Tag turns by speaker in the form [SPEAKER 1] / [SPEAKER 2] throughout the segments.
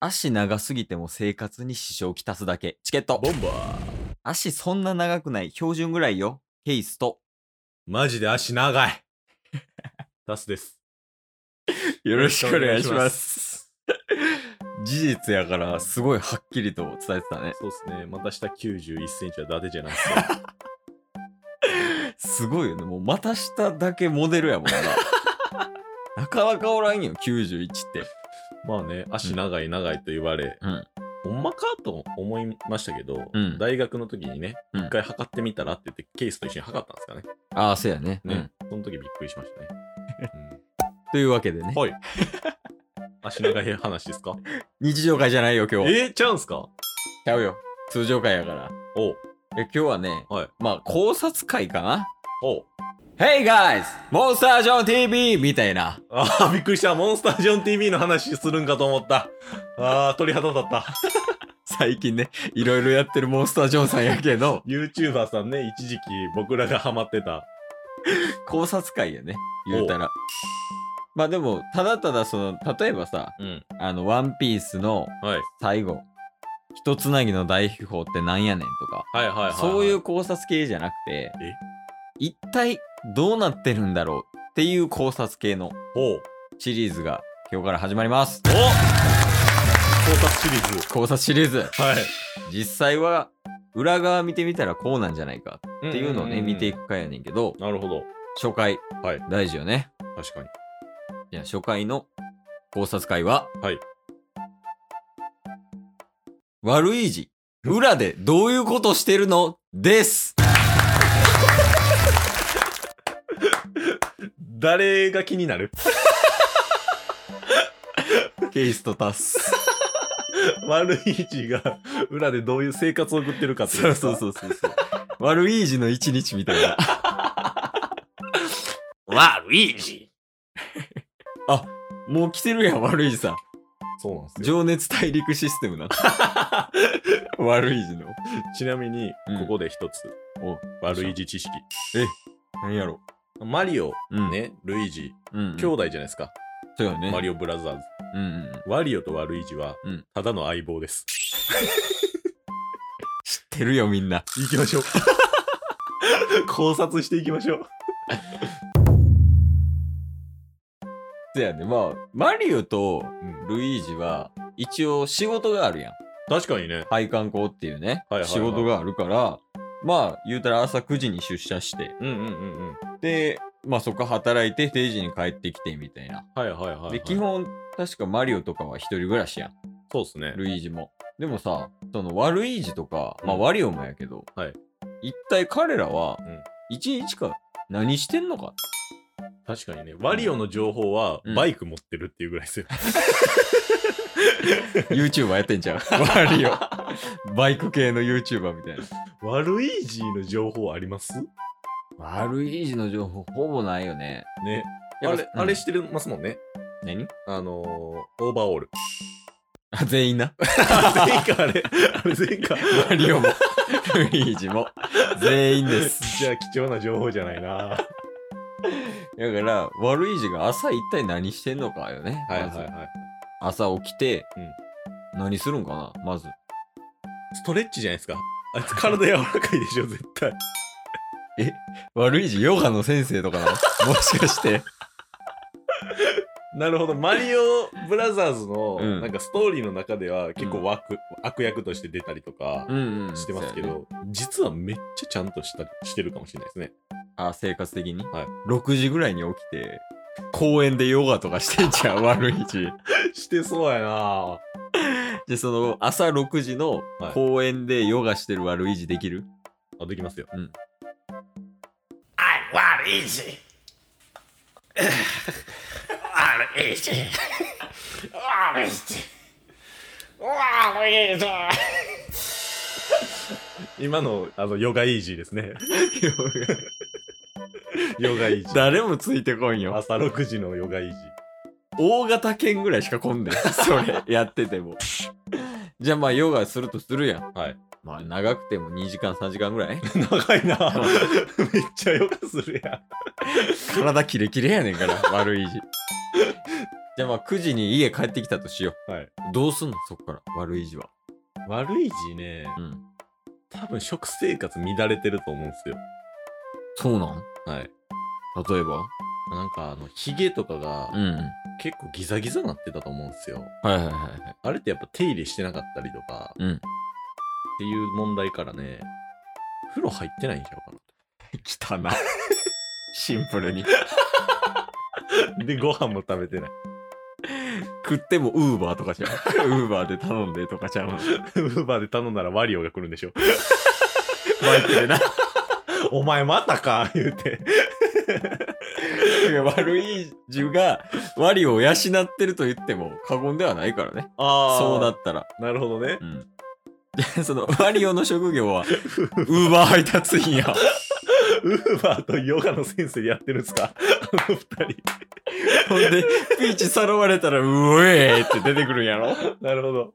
[SPEAKER 1] 足長すぎても生活に支障をきたすだけ。チケット。
[SPEAKER 2] ボンバー。
[SPEAKER 1] 足そんな長くない。標準ぐらいよ。ケイスト。
[SPEAKER 2] マジで足長 い。タスです。
[SPEAKER 1] よ。
[SPEAKER 2] ろしくお願いします
[SPEAKER 1] 事実やから、すごいはっきりと伝えてたね。
[SPEAKER 2] そうですね。また下91センチは伊達じゃないですか。
[SPEAKER 1] すごいよね。もう股下だけモデルや もんな。なかなかおらんよ、91って。
[SPEAKER 2] まあね、足長い長いと言われ、
[SPEAKER 1] うん。
[SPEAKER 2] ほんまかと思いましたけど、
[SPEAKER 1] うん
[SPEAKER 2] 大学の時にね、
[SPEAKER 1] うん
[SPEAKER 2] 一回測ってみたらって言って、ケースと一緒に測ったんですかね。
[SPEAKER 1] ああ、そうやね。う
[SPEAKER 2] ね
[SPEAKER 1] ん。、
[SPEAKER 2] その時びっくりしましたね。
[SPEAKER 1] というわけでね
[SPEAKER 2] うん、。はい。足長い話で すか
[SPEAKER 1] 日常会じゃないよ、
[SPEAKER 2] え
[SPEAKER 1] 今日。
[SPEAKER 2] ー、ちゃうんすか
[SPEAKER 1] ちゃうよ。通常会やから。
[SPEAKER 2] おう
[SPEAKER 1] え、今日はね、
[SPEAKER 2] はい。
[SPEAKER 1] まあ、考察会かな
[SPEAKER 2] おう
[SPEAKER 1] ?Hey guys! モンスタージョン TV! みたいな。
[SPEAKER 2] ああ、びっくりした。モンスタージョン TV の話するんかと思った。ああ、鳥肌立った。
[SPEAKER 1] 最近ね、いろいろやってるモンスタージョンさんやけど、
[SPEAKER 2] YouTuber さんね、一時期僕らがハマってた。
[SPEAKER 1] 考察会やね、言うたら。まあでも、ただただその、例えばさ、
[SPEAKER 2] うん。
[SPEAKER 1] あの、ワンピースの
[SPEAKER 2] はい。
[SPEAKER 1] 最後、一つなぎの大秘宝ってなんやねんとか、
[SPEAKER 2] はいはいはい、はい。
[SPEAKER 1] そういう。考察系じゃなくて
[SPEAKER 2] え、
[SPEAKER 1] 一体どうなってるんだろうっていう考察系の
[SPEAKER 2] おう
[SPEAKER 1] シリーズが今日から始まります。
[SPEAKER 2] お考察シリーズ。
[SPEAKER 1] 考察シリーズ。
[SPEAKER 2] はい。
[SPEAKER 1] 実際は裏側見てみたらこうなんじゃないかっていうのをね、見てい
[SPEAKER 2] く。
[SPEAKER 1] く回やねんけど、
[SPEAKER 2] なるほど。
[SPEAKER 1] 初回、
[SPEAKER 2] はい
[SPEAKER 1] 大事よね。
[SPEAKER 2] 確かに。
[SPEAKER 1] じゃあ初回の考察会は、
[SPEAKER 2] はい。
[SPEAKER 1] 悪い字、裏でどういうことしてるのです。
[SPEAKER 2] 誰が気になる
[SPEAKER 1] ケイストタス。
[SPEAKER 2] 悪い位置が裏でどういう生活を送ってるかってい
[SPEAKER 1] そうそう
[SPEAKER 2] う。
[SPEAKER 1] そうそうそう。 悪い字の一日みたいな。
[SPEAKER 2] 悪い字
[SPEAKER 1] もう来てるやん、悪い字さん。
[SPEAKER 2] そうなんですよ。
[SPEAKER 1] 情熱大陸システム な。悪い字の。
[SPEAKER 2] ちなみに
[SPEAKER 1] うん、
[SPEAKER 2] ここで一つ、
[SPEAKER 1] お
[SPEAKER 2] 悪い字知識。
[SPEAKER 1] 何やろ。
[SPEAKER 2] マリオ、
[SPEAKER 1] うん。。
[SPEAKER 2] ね、ルイージ、
[SPEAKER 1] うん。
[SPEAKER 2] 兄弟じゃないですか。
[SPEAKER 1] そうよね。
[SPEAKER 2] マリオブラザーズ。
[SPEAKER 1] うんうんうん。
[SPEAKER 2] ワリオとワルイージは
[SPEAKER 1] うん、
[SPEAKER 2] ただの相棒です。
[SPEAKER 1] 知ってるよ、みんな。
[SPEAKER 2] 行きましょう。 考察していきましょう。
[SPEAKER 1] そうやね。まあ、マリオと
[SPEAKER 2] うん
[SPEAKER 1] ルイージは、一応仕事があるやん。
[SPEAKER 2] 確かにね。
[SPEAKER 1] 配管工っていうね、
[SPEAKER 2] はいはいはい
[SPEAKER 1] 仕事があるから、まあ、言うたら朝9時に出社して、
[SPEAKER 2] うんうんうんうん。
[SPEAKER 1] で、まあそこから働いて定時に帰ってきてみたいな。
[SPEAKER 2] はいはいはい。
[SPEAKER 1] で、基。本、確かマリオとかは一人暮らしやん。
[SPEAKER 2] そうですね。
[SPEAKER 1] ルイージも。でもさ、その悪い字とか、まあ
[SPEAKER 2] うん
[SPEAKER 1] ワリオもやけど、
[SPEAKER 2] はい
[SPEAKER 1] 一体彼らは
[SPEAKER 2] うん、
[SPEAKER 1] 一日か何してんのか、
[SPEAKER 2] 確かにね。ワリオの情報は
[SPEAKER 1] うん、
[SPEAKER 2] バイク持ってるっていうぐらいですよ。
[SPEAKER 1] ?YouTuber やってんちゃう ワリオ。バイク系の YouTuber みたいな。
[SPEAKER 2] ワルイージの情報あります
[SPEAKER 1] 悪い字の情報ほぼないよね。
[SPEAKER 2] ね。
[SPEAKER 1] や
[SPEAKER 2] あ
[SPEAKER 1] っ
[SPEAKER 2] れ、
[SPEAKER 1] ぱ
[SPEAKER 2] あ
[SPEAKER 1] う
[SPEAKER 2] れ
[SPEAKER 1] ん
[SPEAKER 2] してますもんね。
[SPEAKER 1] 何
[SPEAKER 2] あのー、オーバー オール。
[SPEAKER 1] あ全員な。
[SPEAKER 2] 全員か、あれ。あれ全員か。
[SPEAKER 1] マリオも、ルイージも、全員です。
[SPEAKER 2] じゃあ、貴重な情報じゃないな。
[SPEAKER 1] だから、悪い字が朝一体何してんのかよね。まず
[SPEAKER 2] い。
[SPEAKER 1] 朝起きて、何するんかな、まず。
[SPEAKER 2] ストレッチじゃないですか。あいつ体柔らかいでしょ、絶対。
[SPEAKER 1] 悪い字、ヨガの先生とか なもしかして。
[SPEAKER 2] なるほど、マリオブラザーズの、
[SPEAKER 1] うん
[SPEAKER 2] なんかストーリーの中では結構悪,、悪役として出たりとか
[SPEAKER 1] んう
[SPEAKER 2] してますけ
[SPEAKER 1] そうやね
[SPEAKER 2] ど、実はめっちゃちゃんとしたしてるかもしれないですね。
[SPEAKER 1] あ、生活的に、
[SPEAKER 2] はい
[SPEAKER 1] 6時ぐらいに起きて、公園でヨガとかしてんじ ゃん、悪い字。
[SPEAKER 2] してそうやな
[SPEAKER 1] で、その、朝6時の
[SPEAKER 2] はい
[SPEAKER 1] 公園でヨガしてる悪い字でき る、
[SPEAKER 2] あ、できますよ。
[SPEAKER 1] うん。
[SPEAKER 3] I want easy. I want easy. I want easy. I want easy.
[SPEAKER 2] 今の、あの、ヨガイージーです ね。ヨガイージー。
[SPEAKER 1] 誰もついてこんよ。
[SPEAKER 2] 朝6時のヨガイージー。
[SPEAKER 1] 大型犬ぐらいしか混んで んそれやっててもじゃあまあヨガするとするやん
[SPEAKER 2] はい。
[SPEAKER 1] まあ長くても2時間3時間ぐらい
[SPEAKER 2] 長いなめっちゃヨガするやん。
[SPEAKER 1] 体キレキレやねんから悪い字じゃあまあ9時に家帰ってきたとしよ
[SPEAKER 2] はい。
[SPEAKER 1] う。どうすんのそっから悪い意地は。
[SPEAKER 2] 悪い字ね、
[SPEAKER 1] うん
[SPEAKER 2] 多分食生活乱れてると思うんですよ。
[SPEAKER 1] そうなん
[SPEAKER 2] はい。
[SPEAKER 1] 例えば
[SPEAKER 2] なんかあの、ヒゲとかが
[SPEAKER 1] うん。
[SPEAKER 2] 結構ギザギザなってたと思うんですよ。
[SPEAKER 1] はいはいはいはい。
[SPEAKER 2] あれってやっぱ手入れしてなかったりとか、
[SPEAKER 1] うん
[SPEAKER 2] っていう問題からね、風呂入ってないんちゃうか
[SPEAKER 1] 来たな。シンプルに。
[SPEAKER 2] な。で、ご飯も食べてない。
[SPEAKER 1] 食ってもウーバーとかじゃん。 ウーバーで頼んでとか ちゃうの。
[SPEAKER 2] ウーバーで頼んだらワリオが来るんでしょ。
[SPEAKER 1] バイクでな。
[SPEAKER 2] お前またか言うて。
[SPEAKER 1] 悪い樹がワリを養ってると言っても過言ではないからね。
[SPEAKER 2] あ
[SPEAKER 1] そうだ
[SPEAKER 2] だ。
[SPEAKER 1] ったら。
[SPEAKER 2] なるほどね。
[SPEAKER 1] うん。でそのワリオの職業はウーバー配達員や。
[SPEAKER 2] ウーバーとヨガの先生でやってるんですかあの二人。
[SPEAKER 1] ほんで、ピーチさらわれたら、うえーって出てくるんやろ。
[SPEAKER 2] なるほど。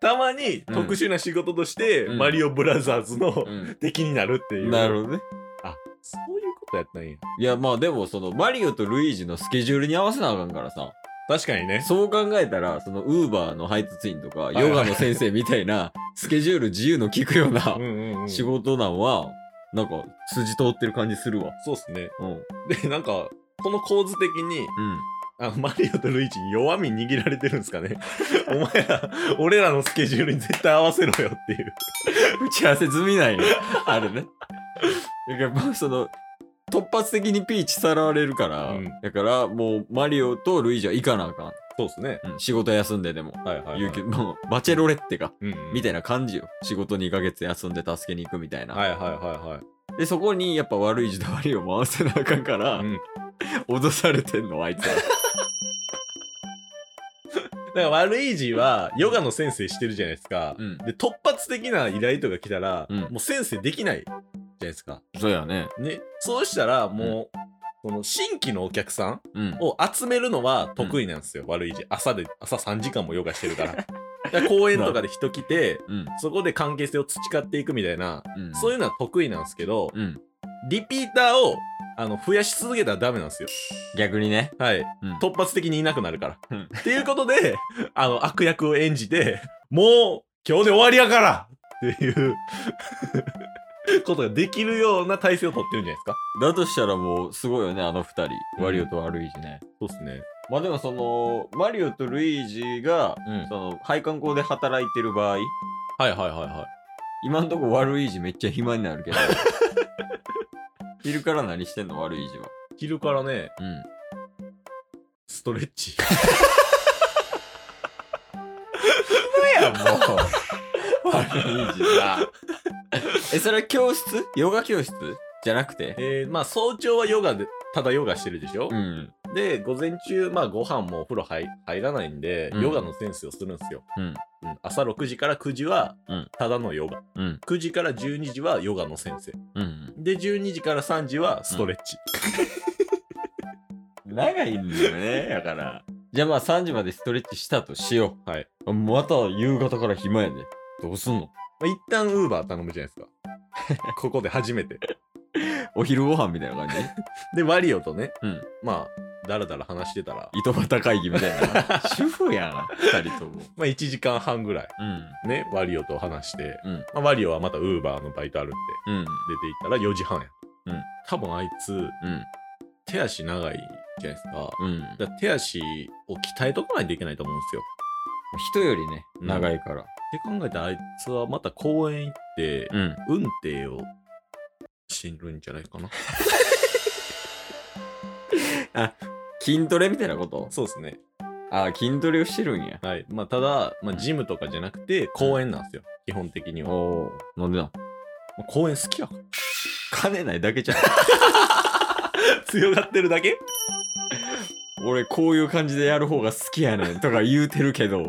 [SPEAKER 2] たまに
[SPEAKER 1] うん
[SPEAKER 2] 特殊な仕事として、
[SPEAKER 1] うん
[SPEAKER 2] マリオブラザーズの敵になるっていう。
[SPEAKER 1] な
[SPEAKER 2] ほど。
[SPEAKER 1] るほどね。
[SPEAKER 2] そういうことやったんや。
[SPEAKER 1] いや、まあでも、その、マリオとルイージのスケジュールに合わせなあかんからさ、
[SPEAKER 2] 確かにね。
[SPEAKER 1] そう考えたら、その、ウーバーの配達員とか、
[SPEAKER 2] いはい
[SPEAKER 1] ヨガの先生みたいな、スケジュール自由の利くような
[SPEAKER 2] うんうんうん。
[SPEAKER 1] 仕事なんは、なんか、筋通ってる感じするわ。
[SPEAKER 2] そうっすね。
[SPEAKER 1] うん。うん。
[SPEAKER 2] で、なんか、この構図的に、あのマリオとルイージに弱み握られてるんですか ね。お前ら、俺らのスケジュールに絶対合わせろよっていう。
[SPEAKER 1] 打ち合わせ済みないよ。あれね。やっぱその突発的にピーチさらわれるから、
[SPEAKER 2] うん
[SPEAKER 1] だからもうマリオとルイージは行かなあか
[SPEAKER 2] そうっすね。
[SPEAKER 1] ん。仕事休んででも。
[SPEAKER 2] はいはい、はい。
[SPEAKER 1] 言うけど、もうバチェロレッテか。
[SPEAKER 2] うんうん
[SPEAKER 1] みたいな感じよ。仕事2ヶ月休んで助けに行くみたいな。
[SPEAKER 2] はいはいはい
[SPEAKER 1] で、そこにやっぱ悪い時代割を回せなあかんから、
[SPEAKER 2] はい。うん。
[SPEAKER 1] 脅されてんの、あいつは。
[SPEAKER 2] だから悪い字はヨガの先生してるじゃないですか。
[SPEAKER 1] うん。
[SPEAKER 2] で、突発的な依頼とか来たら、
[SPEAKER 1] うん
[SPEAKER 2] もう先生できないじゃないですか。
[SPEAKER 1] そうやね。
[SPEAKER 2] ね。そうしたら、もう、その新規のお客さん
[SPEAKER 1] うん。
[SPEAKER 2] を集めるのは得意なんですよ、悪い字。朝で、朝3時間もヨガして るから。だから公園とかで人来て、
[SPEAKER 1] うん。
[SPEAKER 2] そこで関係性を培っていくみたいな、
[SPEAKER 1] うん。
[SPEAKER 2] そういうのは得意なんですけど、
[SPEAKER 1] うん。
[SPEAKER 2] リピーターを、あの、増やし続けたらダメなんですよ。
[SPEAKER 1] 逆にね。
[SPEAKER 2] はい。
[SPEAKER 1] うん
[SPEAKER 2] 突発的にいなくなるから。
[SPEAKER 1] うん
[SPEAKER 2] っていうことで、 あの、悪役を演じて、もう、今日で終わりやからっていう、ことができるような体制をとってるんじゃないですか。
[SPEAKER 1] だとしたらもう、すごいよね、あの二人。
[SPEAKER 2] うん
[SPEAKER 1] ワリオと悪い時ね。
[SPEAKER 2] そうですね。
[SPEAKER 1] まあでもその、マリオとルイージが、
[SPEAKER 2] うん。
[SPEAKER 1] その、配管工で働いてる場合、
[SPEAKER 2] はいはいはいはい。
[SPEAKER 1] 今んとこ悪い字めっちゃ暇になる けど。昼から何してんの悪い字は。
[SPEAKER 2] 昼からね、
[SPEAKER 1] うん。
[SPEAKER 2] ストレッ チ。
[SPEAKER 1] もう。 悪い字だ。 え、それは教室ヨガ教室じゃなくて
[SPEAKER 2] えー、まあ早朝はヨガで、ただヨガしてるでしょ、
[SPEAKER 1] うん。
[SPEAKER 2] で、午前中、まあご飯もお風呂入入らないんで、
[SPEAKER 1] うん
[SPEAKER 2] ヨガの先生をするんですよ。
[SPEAKER 1] うん。
[SPEAKER 2] うん朝6時から9時は
[SPEAKER 1] うん、
[SPEAKER 2] ただのヨガ。
[SPEAKER 1] うん。
[SPEAKER 2] 9時から12時はヨガの先生。
[SPEAKER 1] うん。
[SPEAKER 2] で、12時から3時はストレッチ。
[SPEAKER 1] 長いんだよね、だから。じゃあまあ3時までストレッチしたとしよう。
[SPEAKER 2] はい。
[SPEAKER 1] また夕方から暇やね。どうすんの
[SPEAKER 2] まあ、一旦ウーバー頼むじゃないですか。 ここで初めて。
[SPEAKER 1] お昼ご飯みたいな感じ
[SPEAKER 2] で、ワリオとね、
[SPEAKER 1] うん
[SPEAKER 2] まあ、だらだら話してたら、
[SPEAKER 1] 糸端会議みたいな。 主婦やん、二人とも。
[SPEAKER 2] まあ、1時間半ぐらい、
[SPEAKER 1] うん。
[SPEAKER 2] ね、ワリオと話して、
[SPEAKER 1] うん
[SPEAKER 2] まあ、ワリオはまたウーバーのバイトあるんで、
[SPEAKER 1] うん。
[SPEAKER 2] 出て行ったら4時半や。
[SPEAKER 1] うん。
[SPEAKER 2] 多分あいつ、
[SPEAKER 1] うん。
[SPEAKER 2] 手足長いじゃないですか。
[SPEAKER 1] うん。
[SPEAKER 2] だから手足を鍛えとかないといけないと思うんですよ。
[SPEAKER 1] 人よりね、
[SPEAKER 2] うん
[SPEAKER 1] 長いから。
[SPEAKER 2] って考えたら、あいつはまた公園行って、
[SPEAKER 1] うん。
[SPEAKER 2] 運転をしるんじゃないかな。
[SPEAKER 1] 筋トレみたいなこと
[SPEAKER 2] そうですね。
[SPEAKER 1] ああ、筋トレをしてるんや。
[SPEAKER 2] はい。まあ、ただ、まあ、ジムとかじゃなくて、公園なんですよ。基本的には。ま
[SPEAKER 1] おお。なんでなん
[SPEAKER 2] あ公園好きやから。
[SPEAKER 1] 金ないだけじゃん。
[SPEAKER 2] 強がってるだけ
[SPEAKER 1] 俺、こういう感じでやる方が好きやねんとか言うてるけど。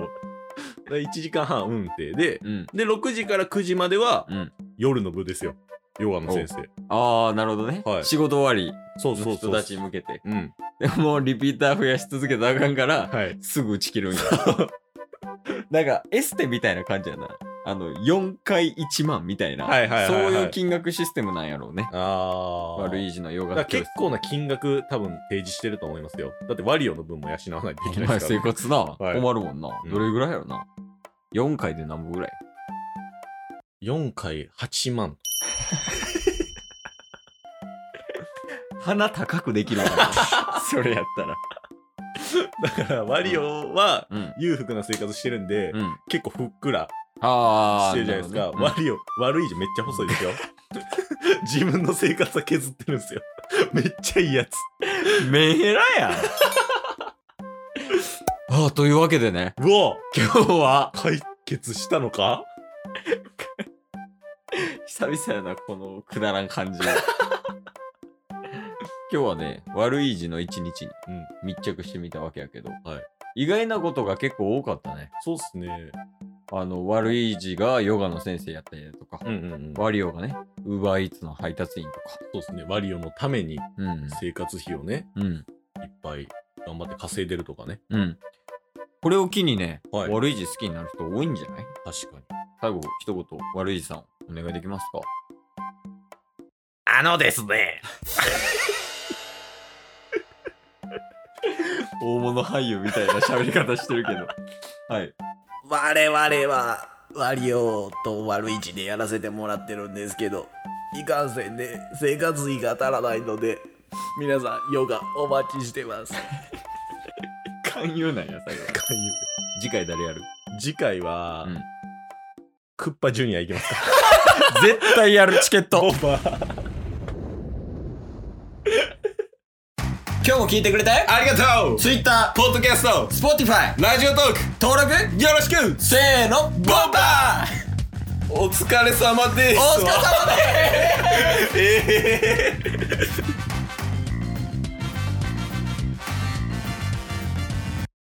[SPEAKER 2] で ?1 時間半運転で、
[SPEAKER 1] うん。
[SPEAKER 2] で、6時から9時までは、
[SPEAKER 1] うん
[SPEAKER 2] 夜の部ですよ。ヨガの先生。
[SPEAKER 1] ああ、なるほどね。
[SPEAKER 2] はい
[SPEAKER 1] 仕事終わ
[SPEAKER 2] そう
[SPEAKER 1] り
[SPEAKER 2] そう
[SPEAKER 1] の
[SPEAKER 2] そ
[SPEAKER 1] 人
[SPEAKER 2] う。
[SPEAKER 1] たちに向けて。
[SPEAKER 2] うん。
[SPEAKER 1] でももうリピーター増やし続けたらあかんから、
[SPEAKER 2] はい。
[SPEAKER 1] すぐ打ち切るんや。なんか、エステみたいな感じやな。あの、4回1万みたいな、
[SPEAKER 2] はいはいはいはい
[SPEAKER 1] そういう金額システムなんやろうね。
[SPEAKER 2] ああ。
[SPEAKER 1] ルイージの洋
[SPEAKER 2] だから
[SPEAKER 1] 楽教室
[SPEAKER 2] 結構な金額多分提示してると思いますよ。だってワリオの分も養わないといけ
[SPEAKER 1] お
[SPEAKER 2] ない
[SPEAKER 1] 前
[SPEAKER 2] ですか
[SPEAKER 1] 生
[SPEAKER 2] ら、
[SPEAKER 1] 活な、
[SPEAKER 2] はい
[SPEAKER 1] 困るもんな、
[SPEAKER 2] うん
[SPEAKER 1] どれぐらいやろな。4回で何本ぐらい
[SPEAKER 2] 4回8万。
[SPEAKER 1] 鼻高くできるな。 それやったら。
[SPEAKER 2] だからワリオは
[SPEAKER 1] うん。
[SPEAKER 2] 裕福な生活してるんで、
[SPEAKER 1] うん。
[SPEAKER 2] 結構ふっくら
[SPEAKER 1] ああ。
[SPEAKER 2] してるじゃないですか。
[SPEAKER 1] るほどね
[SPEAKER 2] ワリオ、悪いじゃんめっちゃ細いですよ。 自分の生活は削ってるんですよ。めっちゃいいやつ。
[SPEAKER 1] うんメヘラやん ああ、というわけでね、
[SPEAKER 2] うわ
[SPEAKER 1] 今日は、
[SPEAKER 2] 解決したのか
[SPEAKER 1] 久々やな、このくだらん感 じ。今日はね、悪い字の一日に
[SPEAKER 2] うん
[SPEAKER 1] 密着してみたわけやけど、
[SPEAKER 2] は
[SPEAKER 1] 意外なことが結構多かったね。
[SPEAKER 2] そうっすね。
[SPEAKER 1] あの、悪い字がヨガの先生やったりだとか、
[SPEAKER 2] うんうんうん。そ
[SPEAKER 1] ワリオがね、ウーバーイーツの配達員とか。
[SPEAKER 2] うっすね。ワリオのために
[SPEAKER 1] うん。
[SPEAKER 2] 生活費をね、
[SPEAKER 1] うん。
[SPEAKER 2] いっぱい頑張って稼いでるとかね。
[SPEAKER 1] うん。これを機にね、
[SPEAKER 2] はい
[SPEAKER 1] 悪い字好きになる人多いんじゃない
[SPEAKER 2] 確かに。
[SPEAKER 1] 最後、一言、悪い字さん、お願いできますか
[SPEAKER 3] あのですね。
[SPEAKER 1] 大物俳優みたいな喋り方してる けど。はい。
[SPEAKER 4] 我々はワリオと悪い字でやらせてもらってるんですけどいかんせんね生活費が足らないので皆さんヨガお待ちしてます
[SPEAKER 1] 勧誘なんや、最後。次回誰やる
[SPEAKER 2] 次回は、
[SPEAKER 1] うん
[SPEAKER 2] クッパジュニア行きますか。
[SPEAKER 1] 絶対やるチケット
[SPEAKER 2] オーバー。
[SPEAKER 4] 今日も聞いてくれてありがとう Twitter ポッドキャスト Spotify ラジオトーク登録よろしくせーのボンバー お疲れ様ですお疲れ様です